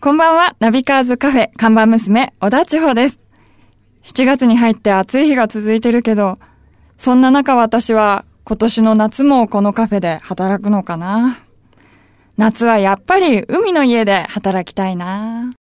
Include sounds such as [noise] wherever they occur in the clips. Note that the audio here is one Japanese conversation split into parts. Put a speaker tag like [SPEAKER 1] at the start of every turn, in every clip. [SPEAKER 1] こんばんは、ナビカーズカフェ看板娘、小田千穂です。7月に入って暑い日が続いてるけど、そんな中私は今年の夏もこのカフェで働くのかな。夏はやっぱり海の家で働きたいな。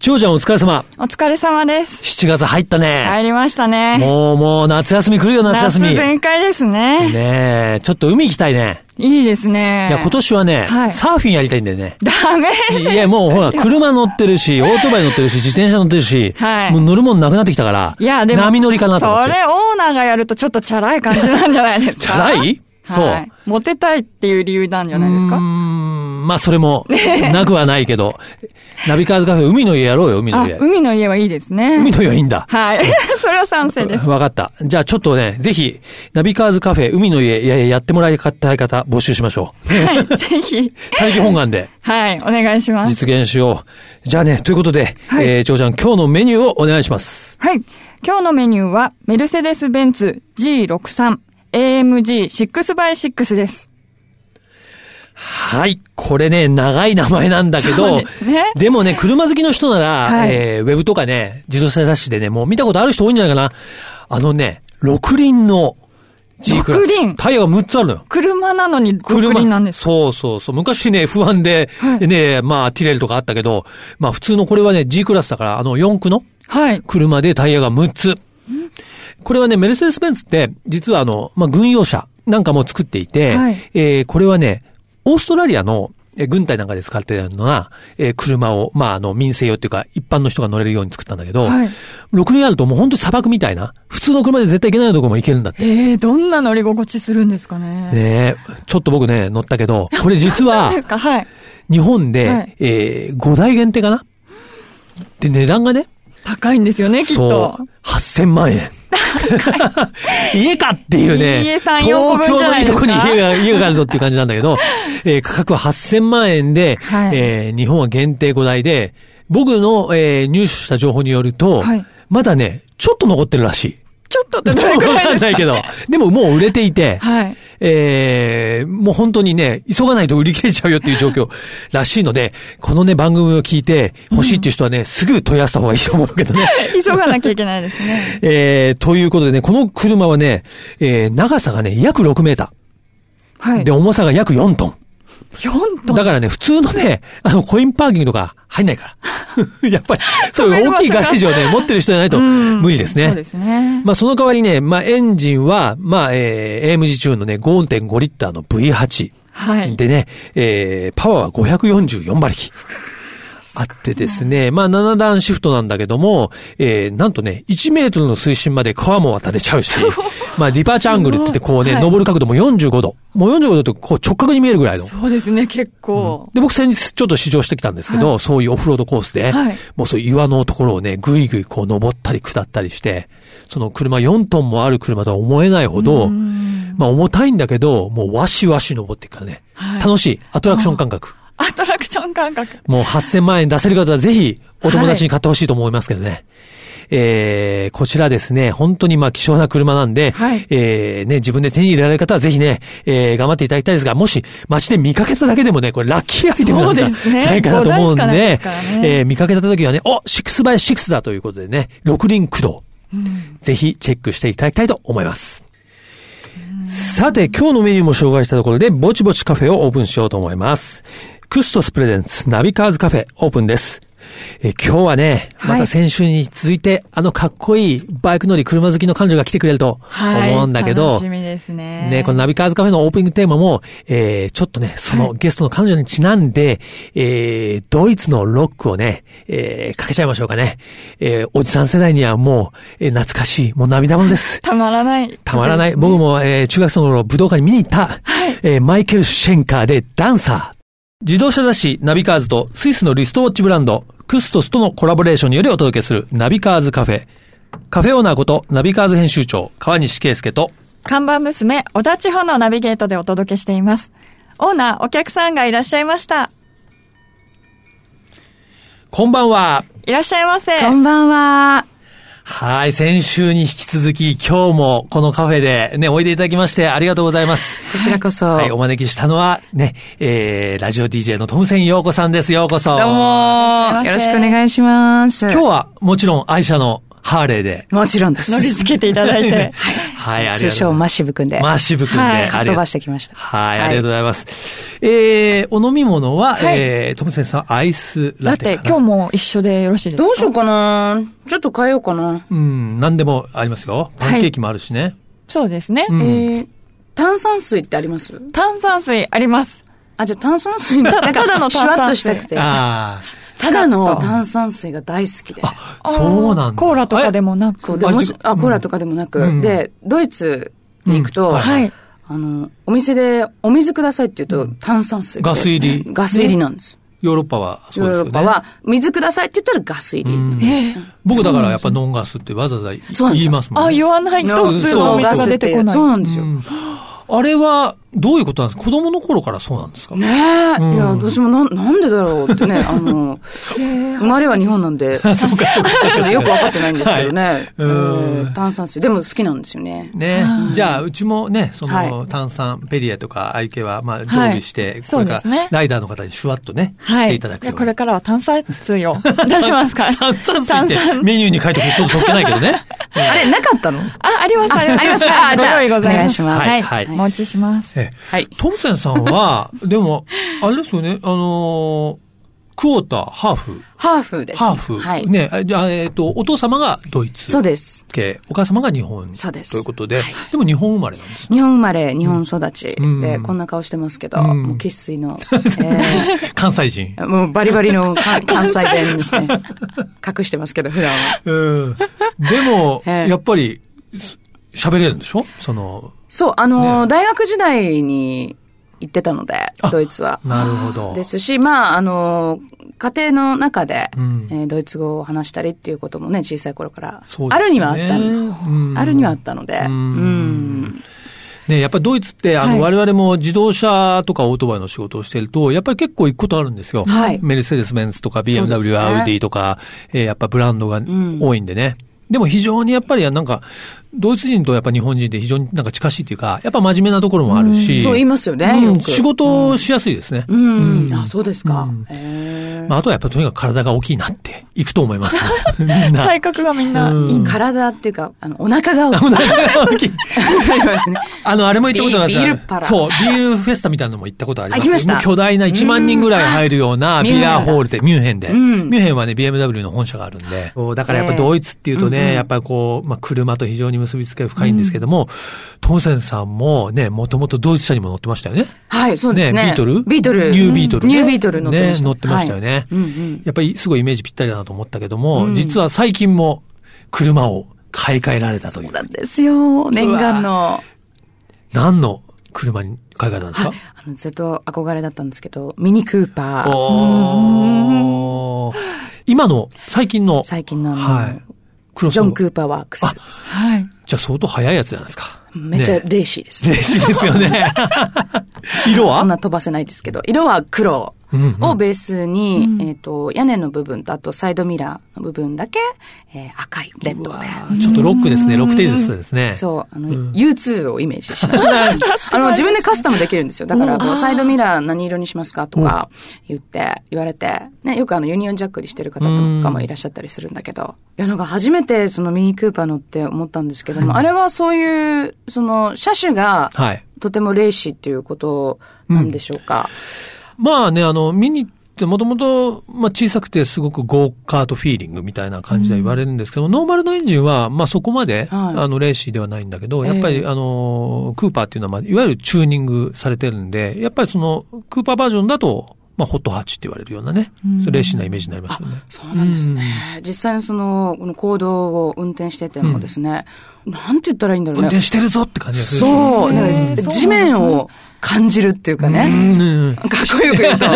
[SPEAKER 2] 千代ちゃんお疲れ様。
[SPEAKER 1] お疲れ様です。
[SPEAKER 2] 7月入ったね。
[SPEAKER 1] 入りましたね。
[SPEAKER 2] もうもう夏休み来るよ、夏休み。
[SPEAKER 1] 夏
[SPEAKER 2] ね
[SPEAKER 1] 全開ですね。
[SPEAKER 2] え、ちょっと海行きたいね。
[SPEAKER 1] いいですね。
[SPEAKER 2] いや、今年はね、
[SPEAKER 1] はい
[SPEAKER 2] サーフィンやりたいんだよね。
[SPEAKER 1] ダメ
[SPEAKER 2] いや、もうほら、車乗って
[SPEAKER 1] [laughs]
[SPEAKER 2] るし、オートバイ乗ってるし、自転車乗ってるし、
[SPEAKER 1] はい
[SPEAKER 2] もう乗るもんなくなってきたから、
[SPEAKER 1] いや、でも。
[SPEAKER 2] 波乗りかなと思って。
[SPEAKER 1] それ、オーナーがやるとちょっとチャラい感じなんじゃないですか。
[SPEAKER 2] チャラいそう
[SPEAKER 1] はい。モテたいっていう理由なんじゃないです
[SPEAKER 2] うー
[SPEAKER 1] か。
[SPEAKER 2] ん、まあそ
[SPEAKER 1] [laughs]
[SPEAKER 2] れも、なくはないけど、ナビカーズカフェ、海の家やろうよ、海の
[SPEAKER 1] あ
[SPEAKER 2] 家、。
[SPEAKER 1] 海の家はいいですね。
[SPEAKER 2] 海の家はいいんだ。
[SPEAKER 1] はい。 [laughs] それは賛成です。
[SPEAKER 2] わかった。じゃあちょっとね、ぜひ、ナビカーズカフェ、海の家、いやいややってもらいたい方、募集しましょう。
[SPEAKER 1] はい。ぜひ。
[SPEAKER 2] 大義本願で
[SPEAKER 1] はい。お願いします。
[SPEAKER 2] 実現しよう。じゃあね、ということで、
[SPEAKER 1] はい
[SPEAKER 2] えー、ちょうちゃん、今日のメニューをお願いします。
[SPEAKER 1] はい。今日のメニューは、メルセデス・ベンツ G63 AMG6x6 です。
[SPEAKER 2] はい。これね、長い名前なんだけ
[SPEAKER 1] そう
[SPEAKER 2] ど、
[SPEAKER 1] ですね
[SPEAKER 2] でもね、車好きの人なら、
[SPEAKER 1] はい
[SPEAKER 2] えー、ウェブとかね、自動車雑誌でね、もう見たことある人多いんじゃないかな。あのね、六輪の G クラス。
[SPEAKER 1] 六輪
[SPEAKER 2] タイヤが6つあるのよ。
[SPEAKER 1] 車なのに独輪なんです。
[SPEAKER 2] そうそうそう。昔ね、不安で、
[SPEAKER 1] はい
[SPEAKER 2] ね、まあ、ティレルとかあったけど、まあ、普通のこれはね、G クラスだから、あの、四駆の
[SPEAKER 1] はい。
[SPEAKER 2] 車でタイヤが6つ。これはね、メルセデス・ベンツって、実はあの、まあ、軍用車なんかも作っていて、
[SPEAKER 1] はい
[SPEAKER 2] えーこれはね、オーストラリアのえー軍隊なんかで使ってるのが、えー車を、まあ、あの、民生用っていうか、一般の人が乗れるように作ったんだけど、
[SPEAKER 1] はい
[SPEAKER 2] 6輪あるともう本当砂漠みたいな、普通の車で絶対行けないようなとこも行けるんだって。
[SPEAKER 1] えー、どんな乗り心地するんですかね。 [laughs]
[SPEAKER 2] ねえ、ちょっと僕ね、乗ったけど、これ実
[SPEAKER 1] ど [laughs]
[SPEAKER 2] は
[SPEAKER 1] うで、すかはい。
[SPEAKER 2] 日本で、
[SPEAKER 1] はい
[SPEAKER 2] え5台限定かなで、値段がね、
[SPEAKER 1] 高いんですよね、きっと
[SPEAKER 2] そ。う。8000万円。 [laughs] 家かっていうね。
[SPEAKER 1] 家3 4個
[SPEAKER 2] 東
[SPEAKER 1] 分
[SPEAKER 2] 京
[SPEAKER 1] じゃ
[SPEAKER 2] の
[SPEAKER 1] ない
[SPEAKER 2] い
[SPEAKER 1] です
[SPEAKER 2] いと
[SPEAKER 1] か
[SPEAKER 2] こに家が、家があるぞっていう感じなんだけど、えー価格は8000万円で、
[SPEAKER 1] はい
[SPEAKER 2] えー日本は限定5台で、僕の、えー入手した情報によると、
[SPEAKER 1] はい
[SPEAKER 2] まだね、ちょっと残ってるらしい。
[SPEAKER 1] ちょっとって
[SPEAKER 2] [laughs] わ
[SPEAKER 1] どれくらい
[SPEAKER 2] か
[SPEAKER 1] で
[SPEAKER 2] ん
[SPEAKER 1] すか
[SPEAKER 2] ないけど。でももう売れていて、
[SPEAKER 1] はい。
[SPEAKER 2] えー、もう本当にね、急がないと売り切れちゃうよっていう状況らしいので、
[SPEAKER 1] [laughs]
[SPEAKER 2] このね、番組を聞いて欲しいっていう人はね、すぐ問い合わせた方がいいと思う
[SPEAKER 1] [laughs]
[SPEAKER 2] けどね。
[SPEAKER 1] 急がなきゃいけないですね。
[SPEAKER 2] えー、ということでね、この車はね、えー、長さがね、約6メータ
[SPEAKER 1] は
[SPEAKER 2] ー。
[SPEAKER 1] い。
[SPEAKER 2] で、重さが約4トン。
[SPEAKER 1] 4トン。
[SPEAKER 2] だからね、普通のね、あの、コインパーキングとか入んない
[SPEAKER 1] [laughs]
[SPEAKER 2] から。やっぱり、そういう大きいガレージをね、持ってる人じゃないと
[SPEAKER 1] うん
[SPEAKER 2] 無理ですね。
[SPEAKER 1] そうですね。
[SPEAKER 2] まあ、その代わりね、まあ、エンジンは、まあ、えー、AMG 中のね、5.5リッターの V8。
[SPEAKER 1] はい。
[SPEAKER 2] でね、えー、パワーは544馬
[SPEAKER 1] [laughs]
[SPEAKER 2] 力。あってですね、まあ7段シフトなんだけども、えー、なんとね、1メートルの水深まで川も渡れちゃ
[SPEAKER 1] [laughs]
[SPEAKER 2] うし、まあリバーチャングルって言ってこうね、
[SPEAKER 1] はい
[SPEAKER 2] 登る角度も45度。もう45度ってこう直角に見えるぐらいの。
[SPEAKER 1] そうですね、結構。
[SPEAKER 2] で、僕先日ちょっと試乗してきたんですけど、そういうオフロードコースで、
[SPEAKER 1] はい
[SPEAKER 2] もうそういう岩のところをね、ぐいぐいこう登ったり下ったりして、その車4トンもある車とは思えないほど、まあ重たいんだけど、もうわしわし登っていくからね、
[SPEAKER 1] はい
[SPEAKER 2] 楽しい、アトラクション感覚。
[SPEAKER 1] アトラクション感覚。
[SPEAKER 2] もう8000万円出せる方はぜひお友達に買ってほしいと思いますけどね。えー、こちらですね、本当にまあ希少な車なんで、
[SPEAKER 1] はい
[SPEAKER 2] えー、ね、自分で手に入れられる方はぜひね、えー、頑張っていただきたいですが、もし街で見かけただけでもね、これラッキーアイテムなんじゃ
[SPEAKER 1] そうですね
[SPEAKER 2] ないかなと思うんで、
[SPEAKER 1] 五台しかないですからね
[SPEAKER 2] えー、見かけた時はね、お !6x6 だということでね、6輪駆動。ぜひチェックしていただきたいと思います。さて、今日のメニューも紹介したところで、ぼちぼちカフェをオープンしようと思います。クストスプレゼンツナビカーズカフェオープンです。えー今日はね、
[SPEAKER 1] はい
[SPEAKER 2] また先週に続いて、あのかっこいいバイク乗り車好きの彼女が来てくれると
[SPEAKER 1] はい。
[SPEAKER 2] 思うんだけど、
[SPEAKER 1] 楽しみですね。
[SPEAKER 2] ね、このナビカーズカフェのオープニングテーマも、えー、ちょっとね、そのゲストの彼女にちなんで、えー、ドイツのロックをね、えー、かけちゃいましょうかね。えー、おじさん世代にはもう、えー、懐かしい、もう涙もんです。
[SPEAKER 1] たまらない。
[SPEAKER 2] たまらない。僕。も、えー中学生の頃武道館に見に行った、えーマイケル・シェンカーでダンサー。自動車雑誌ナビカーズとスイスのリストウォッチブランドクストスとのコラボレーションによりお届けするナビカーズカフェ。カフェオーナーことナビカーズ編集長川西圭介と
[SPEAKER 1] 看板娘、小田地方のナビゲートでお届けしています。オーナー、お客さんがいらっしゃいました。
[SPEAKER 2] こんばんは。 [laughs]
[SPEAKER 3] [laughs]
[SPEAKER 1] いらっしゃいませ。
[SPEAKER 3] こんばんは。
[SPEAKER 2] はい、先週に引き続き今日もこのカフェでね、おいでいただきましてありがとうございます。
[SPEAKER 3] こちらこそ。
[SPEAKER 2] はい、お招きしたのはね、えー、ラジオ DJ のトムセン陽子さんです。ようこそ。
[SPEAKER 3] どうもよろしくお願いします。
[SPEAKER 2] 今日はもちろん愛車のハーレーで。
[SPEAKER 3] もちろんです。
[SPEAKER 1] 乗り付けてい
[SPEAKER 3] [laughs]
[SPEAKER 1] ただいて。
[SPEAKER 2] はい、ありがとうございま
[SPEAKER 3] 通
[SPEAKER 2] す。
[SPEAKER 3] 称マッシブくんで。
[SPEAKER 2] マッシブくんで。
[SPEAKER 3] はい
[SPEAKER 2] ありがと
[SPEAKER 3] か
[SPEAKER 2] う
[SPEAKER 3] っ飛ばしてきました。
[SPEAKER 2] はい、ありがとうございます。えー、お飲み物は、
[SPEAKER 1] はい
[SPEAKER 2] えー、トムセンさん、アイス
[SPEAKER 1] だ
[SPEAKER 2] ラ
[SPEAKER 1] っ
[SPEAKER 2] テ
[SPEAKER 1] て
[SPEAKER 2] かな。
[SPEAKER 1] 今日も一緒でよろしいですか
[SPEAKER 3] どうしようかなちょっと変えようかな。
[SPEAKER 2] うん、何でもありますよ。パンケーキもあるしね。
[SPEAKER 1] そうですね。
[SPEAKER 2] うん
[SPEAKER 3] えー、炭酸水ってあります
[SPEAKER 1] 炭酸水あります。
[SPEAKER 3] あ、じゃあ炭酸水 [laughs] なんか
[SPEAKER 1] たただの炭酸水
[SPEAKER 3] シュワッとしたくて。た
[SPEAKER 2] あ
[SPEAKER 3] だの炭酸水が大好きで。
[SPEAKER 2] あ、そうなんだ。
[SPEAKER 1] コーラとかでもなく。
[SPEAKER 3] そう、で、も
[SPEAKER 2] 味、
[SPEAKER 3] し
[SPEAKER 2] が
[SPEAKER 3] あ、コーラとかでもな
[SPEAKER 2] うん
[SPEAKER 3] く。で、ドイツに行く
[SPEAKER 2] うん
[SPEAKER 3] と、
[SPEAKER 1] はい。
[SPEAKER 3] あの、お店でお水くださいって言うと炭酸水で。
[SPEAKER 2] ガス入り
[SPEAKER 3] ガス入りなんです。
[SPEAKER 2] ヨーロッパはそう
[SPEAKER 3] ヨー
[SPEAKER 2] ですよね。
[SPEAKER 3] ロッパは、水くださいって言ったらガス入り。
[SPEAKER 2] うん僕だからやっぱノンガスってわざわざ
[SPEAKER 3] そうなん
[SPEAKER 2] 言い
[SPEAKER 3] ですよ
[SPEAKER 2] ますもん
[SPEAKER 1] あ、言わないと普通のお
[SPEAKER 2] そう
[SPEAKER 1] 水
[SPEAKER 2] ガス
[SPEAKER 1] が出てこない
[SPEAKER 3] そう。なんです
[SPEAKER 2] う
[SPEAKER 3] よ。
[SPEAKER 2] んあれは、どういうことなんですか子供の頃からそうなんですか
[SPEAKER 3] ねえ、
[SPEAKER 2] うん
[SPEAKER 3] いや、私もなん、なんでだろうってね、あの、生まれは日本なんで、
[SPEAKER 2] そう [laughs] か、そうかそうか
[SPEAKER 3] よくわかってないんですけど
[SPEAKER 2] は
[SPEAKER 3] ね、え
[SPEAKER 2] うん
[SPEAKER 3] ー炭酸水。でも好きなんですよね。
[SPEAKER 2] ね、じゃあ、うちもね、そ
[SPEAKER 3] は
[SPEAKER 2] の、炭酸、ペリエとか、アイケは、まあ、
[SPEAKER 1] はい
[SPEAKER 2] 常備して、こ
[SPEAKER 1] そ
[SPEAKER 2] れ
[SPEAKER 1] う
[SPEAKER 2] か
[SPEAKER 1] です
[SPEAKER 2] ら
[SPEAKER 1] ね、
[SPEAKER 2] ライダーの方にシュワッとね、
[SPEAKER 1] は
[SPEAKER 2] して
[SPEAKER 1] い。
[SPEAKER 2] いただく
[SPEAKER 1] じゃ
[SPEAKER 2] よ
[SPEAKER 1] あ
[SPEAKER 2] うに
[SPEAKER 1] これからは炭酸水を [laughs] 出しますから。炭
[SPEAKER 2] 炭酸水って、メニューに書いておくとちょっとそっけないけどね。
[SPEAKER 3] あれ、なかったの
[SPEAKER 1] あ、あります、あります。
[SPEAKER 3] ありますかあ
[SPEAKER 1] ご
[SPEAKER 3] じゃあ
[SPEAKER 1] 用意ございます。
[SPEAKER 3] お願いします
[SPEAKER 1] はい。
[SPEAKER 2] はいはい
[SPEAKER 1] お持ちします。
[SPEAKER 2] ええ
[SPEAKER 3] はい。
[SPEAKER 2] トムセンさんは、でも、あれですよね、あのークォーター、ハーフ、
[SPEAKER 3] ハーフです。
[SPEAKER 2] ハーフ。
[SPEAKER 3] はい。
[SPEAKER 2] ね、あじゃあ、えっ、と、お父様がドイツ。
[SPEAKER 3] そうです。
[SPEAKER 2] 系お母様が日本。
[SPEAKER 3] そうです
[SPEAKER 2] ということで、でも日本生まれなんです。
[SPEAKER 3] 日本生まれ、日本育ち
[SPEAKER 2] うん
[SPEAKER 3] で、こんな顔してますけど、
[SPEAKER 2] うん
[SPEAKER 3] もう生粋の、え
[SPEAKER 2] 関西人。
[SPEAKER 3] ーもうバリバリのか関西弁ですね。隠してますけど、普段は。
[SPEAKER 2] うん。でも、
[SPEAKER 3] [laughs] ええ
[SPEAKER 2] やっぱり、す喋れるんでしょその、
[SPEAKER 3] そう、あのー
[SPEAKER 2] ね
[SPEAKER 3] 大学時代に行ってたので
[SPEAKER 2] あ、
[SPEAKER 3] ドイツは。
[SPEAKER 2] なるほど。
[SPEAKER 3] ですし、まあ、あのー家庭の中で、
[SPEAKER 2] うん
[SPEAKER 3] えードイツ語を話したりっていうこともね、小さい頃から、
[SPEAKER 2] そうです
[SPEAKER 3] あ
[SPEAKER 2] ね
[SPEAKER 3] るにはあったの、
[SPEAKER 2] うん
[SPEAKER 3] あるにはあったので、
[SPEAKER 2] う
[SPEAKER 3] うんん。
[SPEAKER 2] ね、やっぱりドイツって、あの、
[SPEAKER 1] はい
[SPEAKER 2] 我々も自動車とかオートバイの仕事をしてると、やっぱり結構行くことあるんですよ。
[SPEAKER 3] はい
[SPEAKER 2] メルセデス・ベンツとか
[SPEAKER 3] そうです
[SPEAKER 2] BMW、
[SPEAKER 3] ね
[SPEAKER 2] アウディとか、えーやっぱブランドが
[SPEAKER 3] ん
[SPEAKER 2] 多いんでね。でも非常にやっぱりなんか、ドイツ人とやっぱ日本人って非常になんか近しいというか、やっぱ真面目なところもあるし。
[SPEAKER 3] そう言いますよね
[SPEAKER 2] うん
[SPEAKER 3] よく
[SPEAKER 2] 仕事をしやすいですね。
[SPEAKER 3] うんあ、そうですか。
[SPEAKER 2] うん
[SPEAKER 3] へー
[SPEAKER 2] まあ、あとはやっぱとにかく体が大きいなって、行くと思います、みん [laughs] な。
[SPEAKER 1] 体格がみんな
[SPEAKER 2] うん
[SPEAKER 1] いいんです。
[SPEAKER 3] 体っていうか、あの、お腹が大きい。
[SPEAKER 2] [laughs] 体が大きい。 [laughs]
[SPEAKER 3] ありますね。
[SPEAKER 2] あの、あれも行ったことがあった
[SPEAKER 3] ビールパラ
[SPEAKER 2] そう、ビールフェスタみたいなのも行ったことあります。
[SPEAKER 3] あ行きました
[SPEAKER 2] もう巨大な1万人ぐらい入るような
[SPEAKER 3] うん
[SPEAKER 2] ビラーホールで、ミュンヘンで。
[SPEAKER 3] うん
[SPEAKER 2] ミュンヘンはね、BMW の本社があるんで。そうだからやっぱドイツっていうとね、
[SPEAKER 3] ええ
[SPEAKER 2] やっぱこう、まあ、車と非常に結びつきが深いんですけども、トンセンさんもね、もともとドイツ車にも乗ってましたよね。
[SPEAKER 3] はい、そうですね。
[SPEAKER 2] ビートル
[SPEAKER 3] ビートル。
[SPEAKER 2] ニュービートルね
[SPEAKER 3] ニュービートル乗ってました。
[SPEAKER 2] ね乗ってましたよね
[SPEAKER 3] はいうんうん。
[SPEAKER 2] やっぱりすごいイメージぴったりだなと思ったけども、
[SPEAKER 3] うん
[SPEAKER 2] 実は最近も車を買い替えられたという。
[SPEAKER 3] なんですよ、念願の。
[SPEAKER 2] 何の車に買い替えたんですか
[SPEAKER 3] はい、あのずっと憧れだったんですけど、ミニクーパー、
[SPEAKER 2] おー今の、最近の、
[SPEAKER 3] 最近のあの
[SPEAKER 2] はい。クロス
[SPEAKER 3] ジョン・ク
[SPEAKER 2] ー
[SPEAKER 3] ーパーワークス。
[SPEAKER 1] はい。
[SPEAKER 2] じゃあ相当早いやつじゃないですか。
[SPEAKER 3] めっちゃ
[SPEAKER 2] ね
[SPEAKER 3] レーシーですね。
[SPEAKER 2] 嬉しいですよね。
[SPEAKER 3] [laughs]
[SPEAKER 2] 色
[SPEAKER 3] そん
[SPEAKER 2] は
[SPEAKER 3] な飛ばせないですけど、色は黒
[SPEAKER 2] うんうん
[SPEAKER 3] をベースに、えっ、と、屋根の部分と、あとサイドミラーの部分だけ、えー赤い、レッ
[SPEAKER 2] う
[SPEAKER 3] ド
[SPEAKER 2] わ
[SPEAKER 3] で。
[SPEAKER 2] ーちょっとロックですね。ロックテイストですね。
[SPEAKER 3] そう、あの、U2 をイメージし [laughs] ました。あの、自分でカスタムできるんですよ。だから、こうサイドミラー何色にしますかとか言って、言われて、ね、よくあの、ユニオンジャックにしてる方とかもいらっしゃったりするんだけど、いや、なんか初めてそのミニクーパー乗って思ったんですけども、あれはそういう、その、車種が、
[SPEAKER 2] はい。
[SPEAKER 3] とてもレーシーっていうことなんでしょうか。
[SPEAKER 2] まあね、あの、ミニってもともと、まあ小さくてすごくゴーカートフィーリングみたいな感じで言われるんですけど、ノーマルのエンジンは、まあそこまで、
[SPEAKER 3] はい
[SPEAKER 2] あの、レーシーではないんだけど、やっぱり、
[SPEAKER 3] ええ
[SPEAKER 2] あの、クーパーっていうのは、まあ、いわゆるチューニングされてるんで、やっぱりその、クーパーバージョンだと、まあ、ホットハッチって言われるようなね、そうレーシーなイメージになりますよね。
[SPEAKER 3] そうなんですね。実際にその、この行動を運転しててもですね、なんて言ったらいいんだろ
[SPEAKER 2] 運
[SPEAKER 3] うね。
[SPEAKER 2] 転してるぞって感じがするし。
[SPEAKER 3] そ
[SPEAKER 1] へーそう
[SPEAKER 3] う、なんか
[SPEAKER 1] なんですね
[SPEAKER 3] 地面を感じるっていうか
[SPEAKER 2] う
[SPEAKER 3] ね。
[SPEAKER 2] んうんうん
[SPEAKER 3] かっこよく言うと。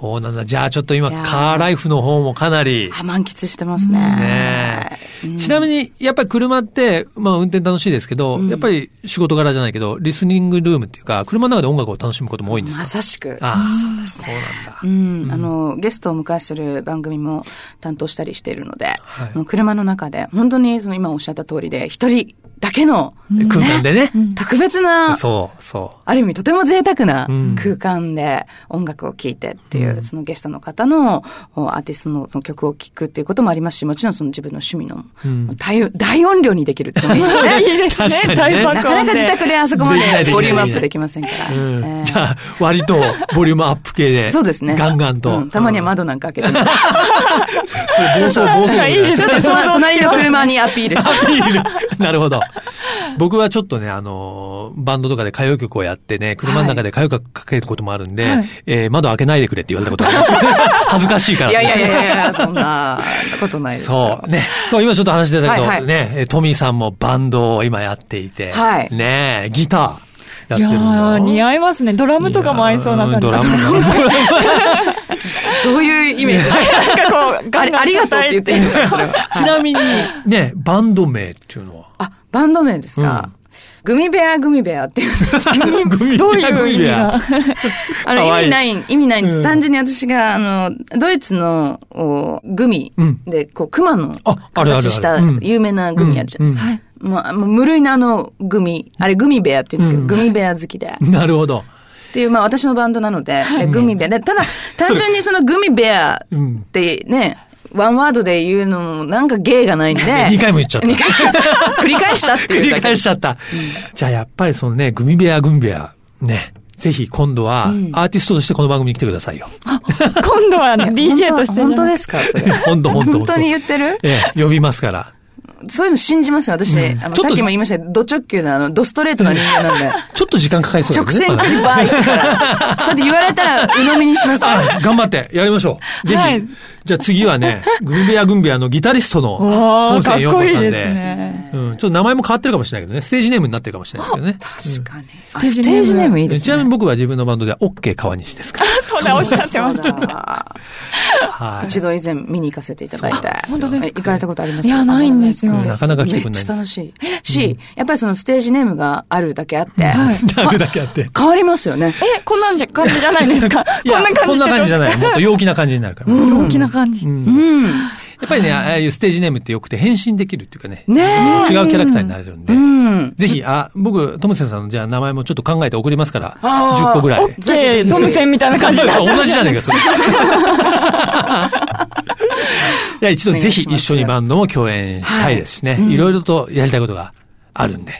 [SPEAKER 2] そうなんだ。じゃあちょっと今
[SPEAKER 3] いや、ー
[SPEAKER 2] カーライフの方もかなり、
[SPEAKER 3] あ満喫してますね。
[SPEAKER 2] ねえちなみに、やっぱり車って、まあ運転楽しいですけど、やっぱり仕事柄じゃないけど、リスニングルームっていうか、車の中で音楽を楽しむことも多いんですか
[SPEAKER 3] まさしく。
[SPEAKER 2] ああ、そうですね。そうなんだ。
[SPEAKER 3] うん、あの、ゲストをお迎えする番組も担当したりしているので、
[SPEAKER 2] はい
[SPEAKER 3] あの車の中で、本当にその今おっしゃった通りで、一人だけの、
[SPEAKER 2] 空間でね。
[SPEAKER 3] 特別な、
[SPEAKER 2] そう、そ
[SPEAKER 3] ある意味とても贅沢な
[SPEAKER 2] うん
[SPEAKER 3] 空間で音楽を聴いてっていう、
[SPEAKER 2] うん
[SPEAKER 3] そのゲストの方のおアーティストのその曲を聴くっていうこともありますし、もちろんその自分の趣味の、
[SPEAKER 2] うん
[SPEAKER 3] 大大音量にできるっていうのもいいですよ
[SPEAKER 2] [laughs]
[SPEAKER 3] ね。
[SPEAKER 1] いいですね
[SPEAKER 2] 確かにね
[SPEAKER 1] 大
[SPEAKER 3] な
[SPEAKER 1] 爆
[SPEAKER 3] かな
[SPEAKER 1] 音
[SPEAKER 3] か
[SPEAKER 1] で
[SPEAKER 3] 自宅であそこま
[SPEAKER 2] できないできな
[SPEAKER 3] で
[SPEAKER 2] い
[SPEAKER 3] ボリュームアップできませんから。
[SPEAKER 2] う。うん
[SPEAKER 3] えー
[SPEAKER 2] じゃあ、割と、ボリュームアップ系で。
[SPEAKER 3] そうですね。
[SPEAKER 2] ガンガンと。
[SPEAKER 3] うんたまには窓なんか開けてみて
[SPEAKER 2] [laughs] うん、そう暴走、暴走
[SPEAKER 1] なんかいいです
[SPEAKER 3] ちょっとその隣の車にアピール
[SPEAKER 2] [laughs]
[SPEAKER 3] して。
[SPEAKER 2] いるなるほど。僕はちょっとね、あのー、バンドとかで歌謡曲をやってね、車の中で歌謡曲かけることもあるんで、
[SPEAKER 1] はい
[SPEAKER 2] えー窓開けないでくれって言われたことがあります。恥ずかしいから、
[SPEAKER 3] いやいやいやいや、そんなことないですよ。
[SPEAKER 2] そう、ね。そう、今ちょっと話してたけど、
[SPEAKER 3] はいはい
[SPEAKER 2] ね、えートミーさんもバンドを今やっていて、
[SPEAKER 3] はい
[SPEAKER 2] ねえギターやっ
[SPEAKER 1] い
[SPEAKER 2] て
[SPEAKER 1] や
[SPEAKER 2] るの
[SPEAKER 1] ー、似合いますね。ドラムとかも合いそうな感じ。
[SPEAKER 2] ドラム
[SPEAKER 1] なん
[SPEAKER 2] も
[SPEAKER 3] どういうイメージ
[SPEAKER 1] かこう、
[SPEAKER 3] あれありがとうって言っていいのかな、それは。
[SPEAKER 2] [laughs] ちなみに、ね、バンド名っていうのは、
[SPEAKER 3] あ、バンド名ですか。グミベアグミベアっ
[SPEAKER 2] [laughs]
[SPEAKER 3] ていう。
[SPEAKER 2] グミ
[SPEAKER 1] どういう意味が
[SPEAKER 3] あ
[SPEAKER 2] か
[SPEAKER 3] の
[SPEAKER 2] わい
[SPEAKER 3] 意
[SPEAKER 2] い
[SPEAKER 3] 味ない、意味ないんです。
[SPEAKER 2] うん
[SPEAKER 3] 単純に私が、あの、ドイツのおグミ
[SPEAKER 2] うん
[SPEAKER 3] で、こう、熊の
[SPEAKER 2] ああるあるある
[SPEAKER 3] 形した
[SPEAKER 2] うん
[SPEAKER 3] 有名なグミあるじゃないですか
[SPEAKER 2] うんうん。
[SPEAKER 3] まあ、もう無類のあのグミ、あれグミベアって言うんですけど、
[SPEAKER 2] うん
[SPEAKER 3] グミベア好きで。
[SPEAKER 2] なるほど。
[SPEAKER 3] っていう、まあ私のバンドなので、えグミベア。で、ただ、単純にそのグミベア
[SPEAKER 2] うん
[SPEAKER 3] ってね、ワンワードで言うのもなんか芸
[SPEAKER 2] [laughs]
[SPEAKER 3] がないんで、 [laughs]
[SPEAKER 2] 2回も言っちゃった。
[SPEAKER 3] 二回繰り返したっ
[SPEAKER 2] 繰
[SPEAKER 3] ていう
[SPEAKER 2] り
[SPEAKER 3] だけ
[SPEAKER 2] 返しちゃった。じゃあやっぱりそのね、グミベアグミベア、ね、ぜひ今度はアーティストとしてこの番組に来てくださいよ。 [laughs]
[SPEAKER 1] 今度は DJ としてじゃ
[SPEAKER 3] 本
[SPEAKER 1] な
[SPEAKER 3] 当
[SPEAKER 1] い。
[SPEAKER 3] ですかそれ
[SPEAKER 2] 本当本当
[SPEAKER 3] 本当に言ってる
[SPEAKER 2] ええ、呼びますから。
[SPEAKER 3] そういうの信じますよ、私。あ
[SPEAKER 2] ちょっ
[SPEAKER 3] の、
[SPEAKER 2] と
[SPEAKER 3] さっきも言いましたけど、ド直球な、あの、ドストレートな人間なんで。
[SPEAKER 2] ちょっと時間かかり [laughs] そう
[SPEAKER 3] 直
[SPEAKER 2] ですね。
[SPEAKER 3] 線切りバー行
[SPEAKER 2] [laughs]
[SPEAKER 3] くから。そうやって言われたら、鵜呑みにします。
[SPEAKER 2] あ頑張って、やりましょう。ぜひ。
[SPEAKER 1] はい
[SPEAKER 2] じゃあ次はね、グミベアグミベアのギタリストの
[SPEAKER 1] お
[SPEAKER 2] 本
[SPEAKER 1] ー、か
[SPEAKER 2] 線
[SPEAKER 1] っ
[SPEAKER 2] 陽子
[SPEAKER 1] こいい
[SPEAKER 2] さんで。
[SPEAKER 1] ですね。
[SPEAKER 2] うん、ちょっと名前も変わってるかもしれないけどね、ステージネームになってるかもしれないですけどね。
[SPEAKER 3] 確かに。あ
[SPEAKER 1] テージネーム
[SPEAKER 3] ステージネームいいですね。
[SPEAKER 2] ちなみに僕は自分のバンドでは OK 川西ですから。
[SPEAKER 1] そうだ、おっしゃってまし
[SPEAKER 3] そ
[SPEAKER 1] た
[SPEAKER 3] う。だ
[SPEAKER 2] はい。
[SPEAKER 3] 一度以前見に行かせていただいて。
[SPEAKER 1] 本当ですか
[SPEAKER 3] え行かれたことあります
[SPEAKER 1] いやないんですよ
[SPEAKER 3] あの
[SPEAKER 2] なかなか来てくんないんで
[SPEAKER 3] めっ
[SPEAKER 2] す
[SPEAKER 3] ちゃ楽しい。し、やっぱりそのステージネームがあるだけあって、
[SPEAKER 2] [laughs] ダグだけあって。
[SPEAKER 3] 変わりますよね。
[SPEAKER 1] え、こんなんじゃ、感じじゃないですか
[SPEAKER 2] いや、こんな感じじゃ
[SPEAKER 1] い。
[SPEAKER 2] ない。もっと陽気な感じになるから。
[SPEAKER 1] 大きな感じ。
[SPEAKER 3] うん。
[SPEAKER 2] やっぱりね、ああいうステージネームってよくて変身できるっていうかね、
[SPEAKER 3] ねえ
[SPEAKER 2] 違うキャラクターになれるんで、
[SPEAKER 3] うん。
[SPEAKER 2] ぜひ、あ、僕、トムセンさんのじゃあ名前もちょっと考えて送りますから、
[SPEAKER 3] あー
[SPEAKER 2] 10個ぐらい。
[SPEAKER 1] じゃあトムセンみたいな
[SPEAKER 2] 同
[SPEAKER 1] 感
[SPEAKER 2] じ
[SPEAKER 1] じになっちゃう。
[SPEAKER 2] じ [laughs] ゃねえか、それ。いや、一度ぜひ一
[SPEAKER 3] お願いします
[SPEAKER 2] 緒にバンドも共演したいですしね、いろいろとやりたいことがあるんで。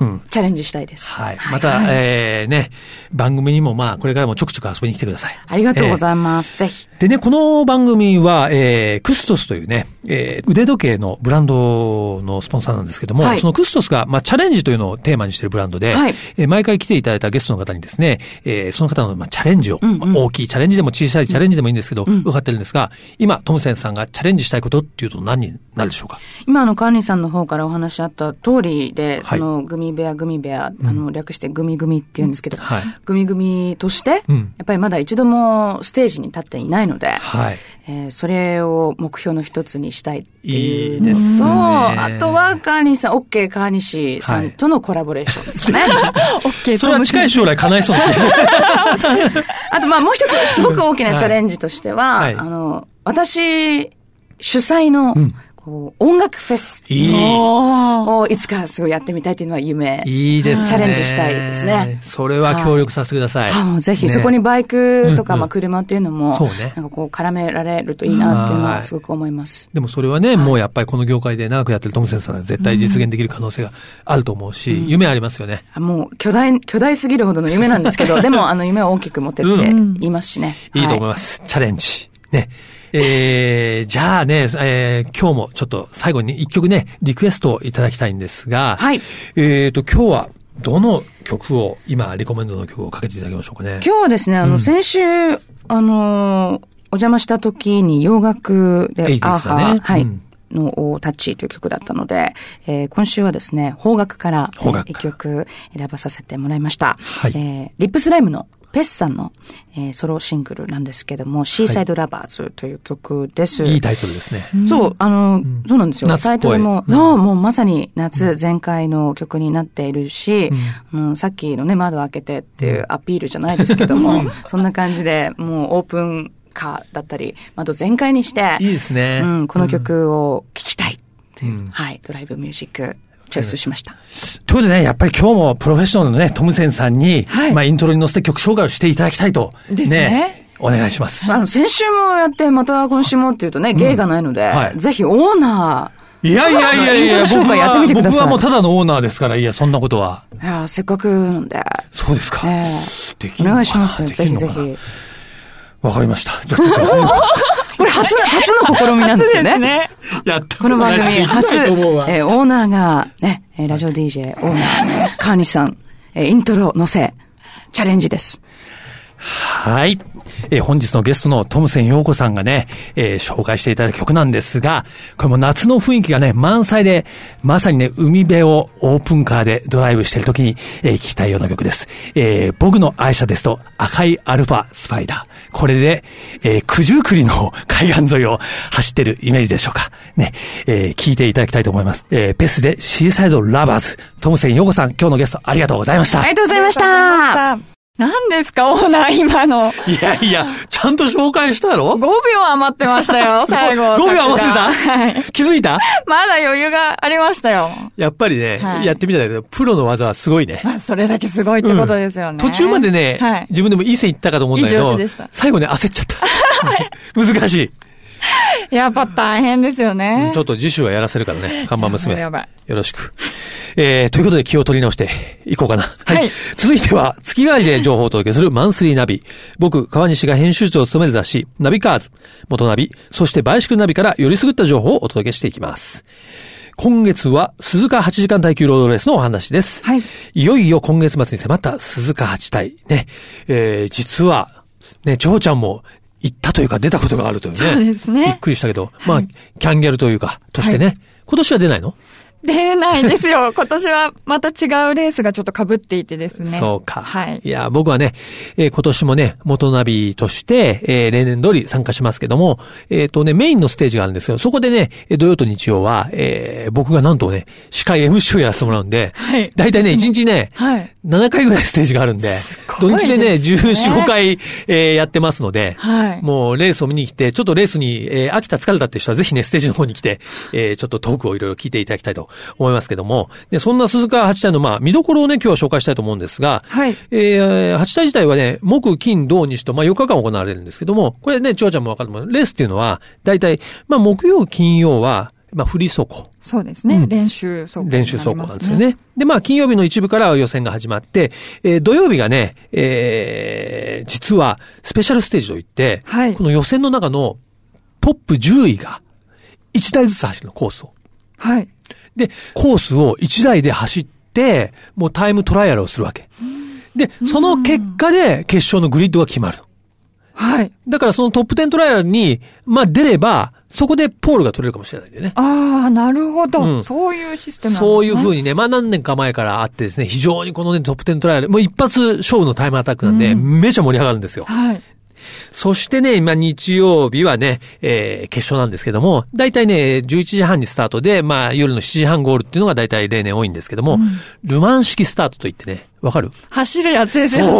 [SPEAKER 2] うん。
[SPEAKER 3] チャレンジしたいです。
[SPEAKER 2] はい。また、えーね、番組にもまあ、これからもちょくちょく遊びに来てください。
[SPEAKER 3] ありがとうご
[SPEAKER 2] えー
[SPEAKER 3] ざいます。ぜひ。
[SPEAKER 2] でね、この番組は、えー、クストスというね、えー、腕時計のブランドのスポンサーなんですけども、
[SPEAKER 3] はい
[SPEAKER 2] そのクストスが、まあ、チャレンジというのをテーマにしているブランドで、
[SPEAKER 3] はい
[SPEAKER 2] えー毎回来ていただいたゲストの方にですね、えー、その方の、まあ、チャレンジを、まあ大きいチャレンジでも小さいチャレンジでもいいんですけど、伺ってるんですが、今、トムセンさんがチャレンジしたいことっていうと何になるでしょうか
[SPEAKER 3] 今あの管理さんの方からお話あった通りで、
[SPEAKER 2] はい
[SPEAKER 3] そのグミベアグミベア、あの略してグミグミって言うんですけど、
[SPEAKER 2] はい
[SPEAKER 3] グミグミとして、
[SPEAKER 2] うん
[SPEAKER 3] やっぱりまだ一度もステージに立っていないので、
[SPEAKER 2] はい。
[SPEAKER 3] えーそれを目標の一つにしたいってい
[SPEAKER 2] いうい
[SPEAKER 3] の
[SPEAKER 2] で
[SPEAKER 3] と、
[SPEAKER 2] すね
[SPEAKER 3] あとは川西さん、OK 川西さんとのコラボレーションですかね。
[SPEAKER 1] OK
[SPEAKER 2] それは近い将来叶いそうな気がします
[SPEAKER 3] [laughs] あとまあもう一つすごく大きなチャレンジとしては、
[SPEAKER 2] はい
[SPEAKER 3] あの、私主催の、こう音楽フェス
[SPEAKER 2] いい。
[SPEAKER 1] おー
[SPEAKER 3] をいつかすごいやってみたいっていうのは夢。
[SPEAKER 2] いいですね。
[SPEAKER 3] [laughs] チャレンジしたいですね。
[SPEAKER 2] それは協力させてください。
[SPEAKER 3] あもうぜひ、
[SPEAKER 2] ね
[SPEAKER 3] そこにバイクとか、
[SPEAKER 2] うんうん
[SPEAKER 3] まあ車っていうのも、
[SPEAKER 2] そうね
[SPEAKER 3] なんかこう絡められるといいなっていうの
[SPEAKER 2] はい
[SPEAKER 3] はすごく思います。
[SPEAKER 2] でもそれはね、もうやっぱりこの業界で長くやってるトムセンさんは絶対実現できる可能性があると思うし、夢ありますよね。
[SPEAKER 3] あもう巨大、巨大すぎるほどの夢なんです
[SPEAKER 2] [laughs]
[SPEAKER 3] けど、でもあの夢を大きく持てって
[SPEAKER 2] うん
[SPEAKER 3] 言いますしね。
[SPEAKER 2] いいと思い
[SPEAKER 3] は
[SPEAKER 2] ます。チャレンジ。ね。えー、じゃあね、えー、今日もちょっと最後に一曲ね、リクエストをいただきたいんですが、
[SPEAKER 3] はい
[SPEAKER 2] えーと、今日はどの曲を、今、リコメンドの曲をかけていただきましょうかね。
[SPEAKER 3] 今日はですね、あの、先週、あのー、お邪魔した時に洋楽で、
[SPEAKER 2] 80
[SPEAKER 3] アー
[SPEAKER 2] だね
[SPEAKER 3] ハー、は
[SPEAKER 2] う
[SPEAKER 3] い
[SPEAKER 2] ん、
[SPEAKER 3] の、タッチという曲だったので、えー今週はですね、邦楽から、え
[SPEAKER 2] 邦楽
[SPEAKER 3] ー一曲選ばさせてもらいました。
[SPEAKER 2] はい
[SPEAKER 3] えーリップスライムの、ペスさんの、えーソロシングルなんですけども、シーサイドラバーズという曲です。
[SPEAKER 2] いいタイトルですね。
[SPEAKER 3] そう、あの、そうなんですよ。
[SPEAKER 2] 夏っぽい
[SPEAKER 3] タイトルも、
[SPEAKER 2] うん
[SPEAKER 3] そうもうまさに夏全開の曲になっているし、うんさっきのね、窓開けてっていうアピールじゃないですけども、そんな感じで、もうオープンカーだったり、窓全開にして、
[SPEAKER 2] いいですね。
[SPEAKER 3] うん、この曲を聴きたいっていう、
[SPEAKER 2] うん
[SPEAKER 3] はい、ドライブミュージック、チョイスしました。
[SPEAKER 2] ということでね、やっぱり今日もプロフェッショナルのね、トムセンさんに、
[SPEAKER 1] はい
[SPEAKER 2] まあイントロに乗せて曲紹介をしていただきたいと。
[SPEAKER 1] ですね
[SPEAKER 2] お願いします。
[SPEAKER 3] あの、先週もやって、また今週もっていうとね、芸がないので、
[SPEAKER 2] はい
[SPEAKER 3] ぜひオーナー、
[SPEAKER 2] いやいやいやいや、
[SPEAKER 3] イントロ紹
[SPEAKER 2] 僕
[SPEAKER 3] 介やってみ
[SPEAKER 2] は、
[SPEAKER 3] てくだ
[SPEAKER 2] 僕
[SPEAKER 3] さい
[SPEAKER 2] はもうただのオーナーですから、いや、そんなことは。
[SPEAKER 3] いやー、せっかくなんで、
[SPEAKER 2] そうですか。
[SPEAKER 3] え
[SPEAKER 2] できるのか
[SPEAKER 3] え
[SPEAKER 2] な
[SPEAKER 3] お願いします。
[SPEAKER 2] でき
[SPEAKER 3] ぜ
[SPEAKER 2] る
[SPEAKER 3] ひ
[SPEAKER 2] のか
[SPEAKER 3] ぜ
[SPEAKER 2] な
[SPEAKER 3] ひ。
[SPEAKER 2] わかりました。じゃあちょっと
[SPEAKER 3] これ初、初の試みなんで
[SPEAKER 2] [laughs]
[SPEAKER 3] すよね。
[SPEAKER 2] やった
[SPEAKER 3] [laughs] この番組
[SPEAKER 2] [laughs]
[SPEAKER 3] 初、え
[SPEAKER 2] と思うわ
[SPEAKER 3] ーオーナーが、ね、えーラジオ DJ オーナーの川西さん、えーイントロ乗せ、チャレンジです。
[SPEAKER 2] はい。えー本日のゲストのトムセン陽子さんがね、えー紹介していただいた曲なんですが、これも夏の雰囲気がね、満載で、まさにね、海辺をオープンカーでドライブしてる時に、えー聞きたいような曲です。えー僕の愛車ですと、赤いアルファスパイダー。これで、えー九十九里の海岸沿いを走ってるイメージでしょうか。ね、えー聞いていただきたいと思います。えーベスでシーサイドラバーズ。トムセン陽子さん、今日のゲストありがとうございました
[SPEAKER 3] あり。がとうございました。
[SPEAKER 1] 何ですか、オーナー、今の。
[SPEAKER 2] いやいや、ちゃんと紹介したろ
[SPEAKER 1] 5秒余ってました
[SPEAKER 2] [laughs]
[SPEAKER 1] よ、最後。
[SPEAKER 2] 5秒余ってた、
[SPEAKER 1] はい。
[SPEAKER 2] 気づいた
[SPEAKER 1] まだ余裕がありましたよ。
[SPEAKER 2] やっぱりね、
[SPEAKER 1] はい
[SPEAKER 2] やってみたんだけど、プロの技はすごいね。
[SPEAKER 1] まあ、それだけすごいってことですよね。
[SPEAKER 2] 途中までね、
[SPEAKER 1] はい。
[SPEAKER 2] 自分でもいい線いったかと思うんだけ
[SPEAKER 1] いい上
[SPEAKER 2] ど
[SPEAKER 1] 手でした、
[SPEAKER 2] 最後ね、焦っちゃった。 [laughs] 難しい、
[SPEAKER 1] やっぱ大変ですよね。
[SPEAKER 2] ちょっと次週はやらせるからね、看板娘。
[SPEAKER 1] やばいやば
[SPEAKER 2] よろしく。えー、ということで気を取り直していこうかな。はい。
[SPEAKER 1] はい
[SPEAKER 2] 続いては、月替わりで情報をお届けするマンスリーナビ。僕、川西が編集長を務める雑誌、ナビカーズ、元ナビ、そしてバイシクルナビからよりすぐった情報をお届けしていきます。今月は鈴鹿8時間耐久ロードレースのお話です。
[SPEAKER 1] はい。
[SPEAKER 2] いよいよ今月末に迫った鈴鹿8体。ね。えー、実は、ね、ジョーちゃんも行ったというか出たことがあるというね。
[SPEAKER 1] そうですね
[SPEAKER 2] びっくりしたけど、まあ、キャンギャルというか、としてね。今年は出ないの
[SPEAKER 1] 出ないですよ。 [laughs] 今年はまた違うレースがちょっと被っていてですね。
[SPEAKER 2] そうか。
[SPEAKER 1] はい。
[SPEAKER 2] や、僕はね、えー今年もね、元ナビとして、えー例年通り参加しますけども、えっ、とね、メインのステージがあるんですよ。そこでね、えー土曜と日曜は、えー僕がなんとね、司会 MC をやらせてもらうんで、
[SPEAKER 1] はい
[SPEAKER 2] だいたいね、1日ね、
[SPEAKER 1] はい
[SPEAKER 2] 7回ぐらいステージがあるんで、
[SPEAKER 1] ごい
[SPEAKER 2] 土日でね、
[SPEAKER 1] ですね
[SPEAKER 2] 14、5回、えーやってますので、
[SPEAKER 1] はい
[SPEAKER 2] もうレースを見に来て、ちょっとレースに、えー飽きた疲れたって人はぜひね、ステージの方に来て、えーちょっとトークをいろいろ聞いていただきたいと思いますけども、で、そんな鈴鹿八体の、まあ、見どころをね、今日は紹介したいと思うんですが、
[SPEAKER 1] はい
[SPEAKER 2] えー、8体自体はね、木、金、土、日と、まあ、4日間行われるんですけども、これね、ちょうちゃんもわかると思う。レースっていうのは、だいたい、まあ、木曜、金曜は、まあ、振り底。
[SPEAKER 1] そうですね。
[SPEAKER 2] うん
[SPEAKER 1] 練習走行、
[SPEAKER 2] 練習走行なんですよ。ね。で、まあ、金曜日の一部からは予選が始まって、えー土曜日がね、えー実は、スペシャルステージといって、
[SPEAKER 1] はい
[SPEAKER 2] この予選の中のトップ10位が、1台ずつ走るの、コースを。
[SPEAKER 1] はい。
[SPEAKER 2] で、コースを1台で走って、もうタイムトライアルをするわけ。で、その結果で、決勝のグリッドが決まると。
[SPEAKER 1] はい。
[SPEAKER 2] だから、そのトップ10トライアルに、まあ、出れば、そこでポールが取れるかもしれないんだよね。
[SPEAKER 1] ああ、なるほど、
[SPEAKER 2] うん
[SPEAKER 1] そういうシステムなんですね。
[SPEAKER 2] そういうふう
[SPEAKER 1] に。
[SPEAKER 2] にね、まあ何年か前からあってですね、非常にこのね、トップ10トライアル、もう一発勝負のタイムアタックなんで、めちゃ盛り上がるんですよ。
[SPEAKER 1] はい。
[SPEAKER 2] そしてね、今日曜日はね、えー、決勝なんですけども、だいたいね、11時半にスタートで、まあ夜の7時半ゴールっていうのがだいたい例年多いんですけども、ルマン式スタートといってね、わかる
[SPEAKER 1] 走るやつですよね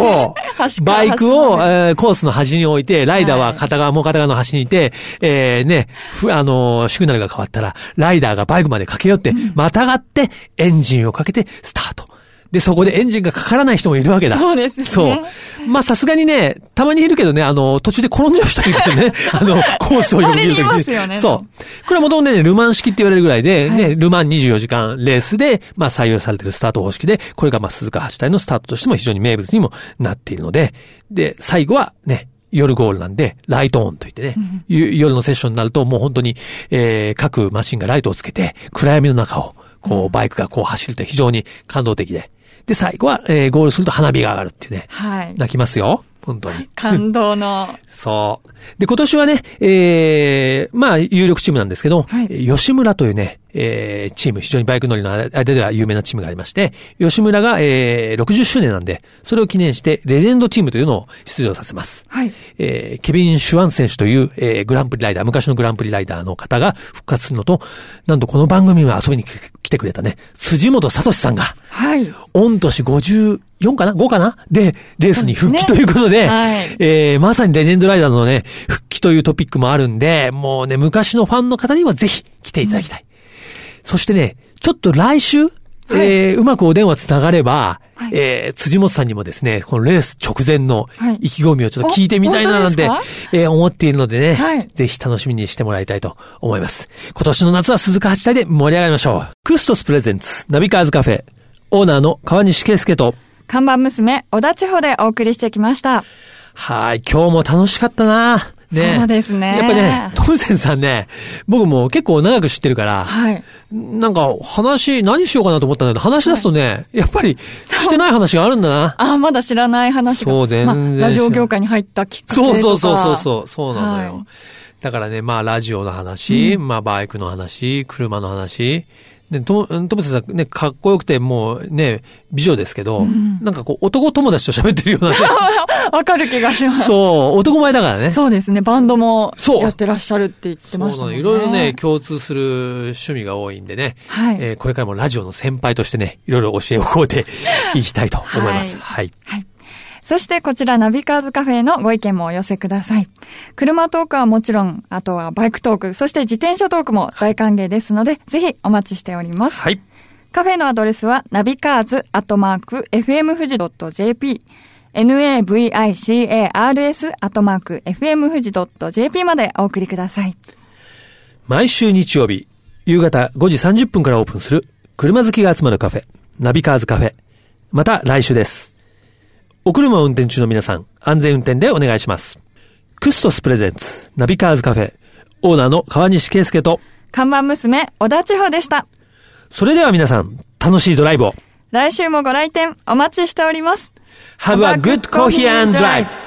[SPEAKER 2] そ。
[SPEAKER 1] 端
[SPEAKER 2] う。
[SPEAKER 1] から
[SPEAKER 2] バ
[SPEAKER 1] 端
[SPEAKER 2] イ
[SPEAKER 1] まで
[SPEAKER 2] クを、えーコースの端に置いて、ライダー
[SPEAKER 1] は
[SPEAKER 2] はい片側、もう片側の端にいて、えーね、ふあのーシグナルが変わったら、ライダーがバイクまで駆け寄って、またがって、エンジンをかけて、スタート。で、そこでエンジンがかからない人もいるわけだ。
[SPEAKER 1] そうですね
[SPEAKER 2] そう。まあ、さすがにね、たまにいるけどね、あの、途中で転んじゃう人いるか
[SPEAKER 1] [laughs]
[SPEAKER 2] らね、あの、コースを読み切ると
[SPEAKER 1] たまにいま
[SPEAKER 2] き
[SPEAKER 1] すよね
[SPEAKER 2] に。そう。これはもともとね、ルマン式って言われるぐらいで、ね、ルマン24時間レースで、まあ採用されてるスタート方式で、これがまあ鈴鹿八体のスタートとしても非常に名物にもなっているので、で、最後はね、夜ゴールなんで、ライトオンといってね、ゆ夜のセッションになるともう本当に、えー、各マシンがライトをつけて、暗闇の中を、こう、バイクがこう走るって非常に感動的で。で、最後は、えー、ゴールすると花火が上がるっていうね、
[SPEAKER 1] はい。
[SPEAKER 2] 泣きますよ。本当に。
[SPEAKER 1] 感動の。
[SPEAKER 2] そう。で、今年はね、えー、まあ、有力チームなんですけど、
[SPEAKER 1] はい
[SPEAKER 2] えー吉村というね、えー、チーム、非常にバイク乗りの間では有名なチームがありまして、吉村が、えー、60周年なんで、それを記念して、レジェンドチームというのを出場させます。
[SPEAKER 1] はい。
[SPEAKER 2] えーケビン・シュワン選手という、えーグランプリライダー、昔のグランプリライダーの方が復活するのと、なんとこの番組は遊びに来てくれたね、辻本聡さんが、
[SPEAKER 1] はい。
[SPEAKER 2] 御年54かな ?5 かなで、レースに復帰
[SPEAKER 1] そ
[SPEAKER 2] と
[SPEAKER 1] う
[SPEAKER 2] い
[SPEAKER 1] ですね
[SPEAKER 2] うことで、
[SPEAKER 1] はい
[SPEAKER 2] えーまさにレジェンドライダーのね、復帰というトピックもあるんで、もうね、昔のファンの方にはぜひ来ていただきたい。そしてね、ちょっと来週、えーうまくお電話つながれば、
[SPEAKER 1] はい
[SPEAKER 2] えー辻本さんにもですね、このレース直前の
[SPEAKER 1] はい
[SPEAKER 2] 意気込みをちょっと聞いてみたいななんて、
[SPEAKER 1] お本当で
[SPEAKER 2] えー思っているのでね、
[SPEAKER 1] はい
[SPEAKER 2] ぜひ楽しみにしてもらいたいと思います。今年の夏は鈴鹿八大で盛り上がりましょう。クストスプレゼンツ、ナビカーズカフェ、オーナーの川西圭介と、
[SPEAKER 1] 看板娘、小田地方でお送りしてきました。
[SPEAKER 2] はい、今日も楽しかったなね
[SPEAKER 1] そうですね
[SPEAKER 2] やっぱね、トムセンさんね、僕も結構長く知ってるから、
[SPEAKER 1] はい。
[SPEAKER 2] なんか話、何しようかなと思ったんだけど、話し出すとね、やっぱり、してない話があるんだな。
[SPEAKER 1] ああ、まだ知らない話が。
[SPEAKER 2] そう全然
[SPEAKER 1] まあラジオ業界に入ったきっかけと
[SPEAKER 2] そ
[SPEAKER 1] か。
[SPEAKER 2] うそうそうそうそう、そうなのよ。
[SPEAKER 1] はい
[SPEAKER 2] だからね、まあ、ラジオの話、まあ、バイクの話、車の話。で、と、ともせさんね、かっこよくて、もうね、美女ですけど、なんかこう、男友達と喋ってるよ
[SPEAKER 1] [laughs]
[SPEAKER 2] うなね、
[SPEAKER 1] わかる気がします。
[SPEAKER 2] そう、男前だからね。
[SPEAKER 1] そうですね。バンドも
[SPEAKER 2] そう
[SPEAKER 1] やってらっしゃるって言ってまし
[SPEAKER 2] そ
[SPEAKER 1] た
[SPEAKER 2] う
[SPEAKER 1] もん
[SPEAKER 2] なの
[SPEAKER 1] ね。
[SPEAKER 2] いろいろね、共通する趣味が多いんでね。
[SPEAKER 1] はい
[SPEAKER 2] えーこれからもラジオの先輩としてね、いろいろ教えをこ
[SPEAKER 1] [laughs]
[SPEAKER 2] うていきたいと思います。はい。
[SPEAKER 1] そしてこちらナビカーズカフェへのご意見もお寄せください。車トークはもちろん、あとはバイクトーク、そして自転車トークも大歓迎ですので、ぜひお待ちしております。
[SPEAKER 2] はい。
[SPEAKER 1] カフェのアドレスは、ナビカーズアットマーク、fmfuji.jp、navicars アットマーク、fmfuji.jp までお送りください。
[SPEAKER 2] 毎週日曜日、夕方5時30分からオープンする、車好きが集まるカフェ、ナビカーズカフェ。また来週です。お車を運転中の皆さん、安全運転でお願いします。クストスプレゼンツ、ナビカーズカフェ、オーナーの川西圭介と、
[SPEAKER 1] 看板娘、小田千穂でした。
[SPEAKER 2] それでは皆さん、楽しいドライブを。
[SPEAKER 1] 来週もご来店お待ちしております。
[SPEAKER 2] Have a good coffee and drive!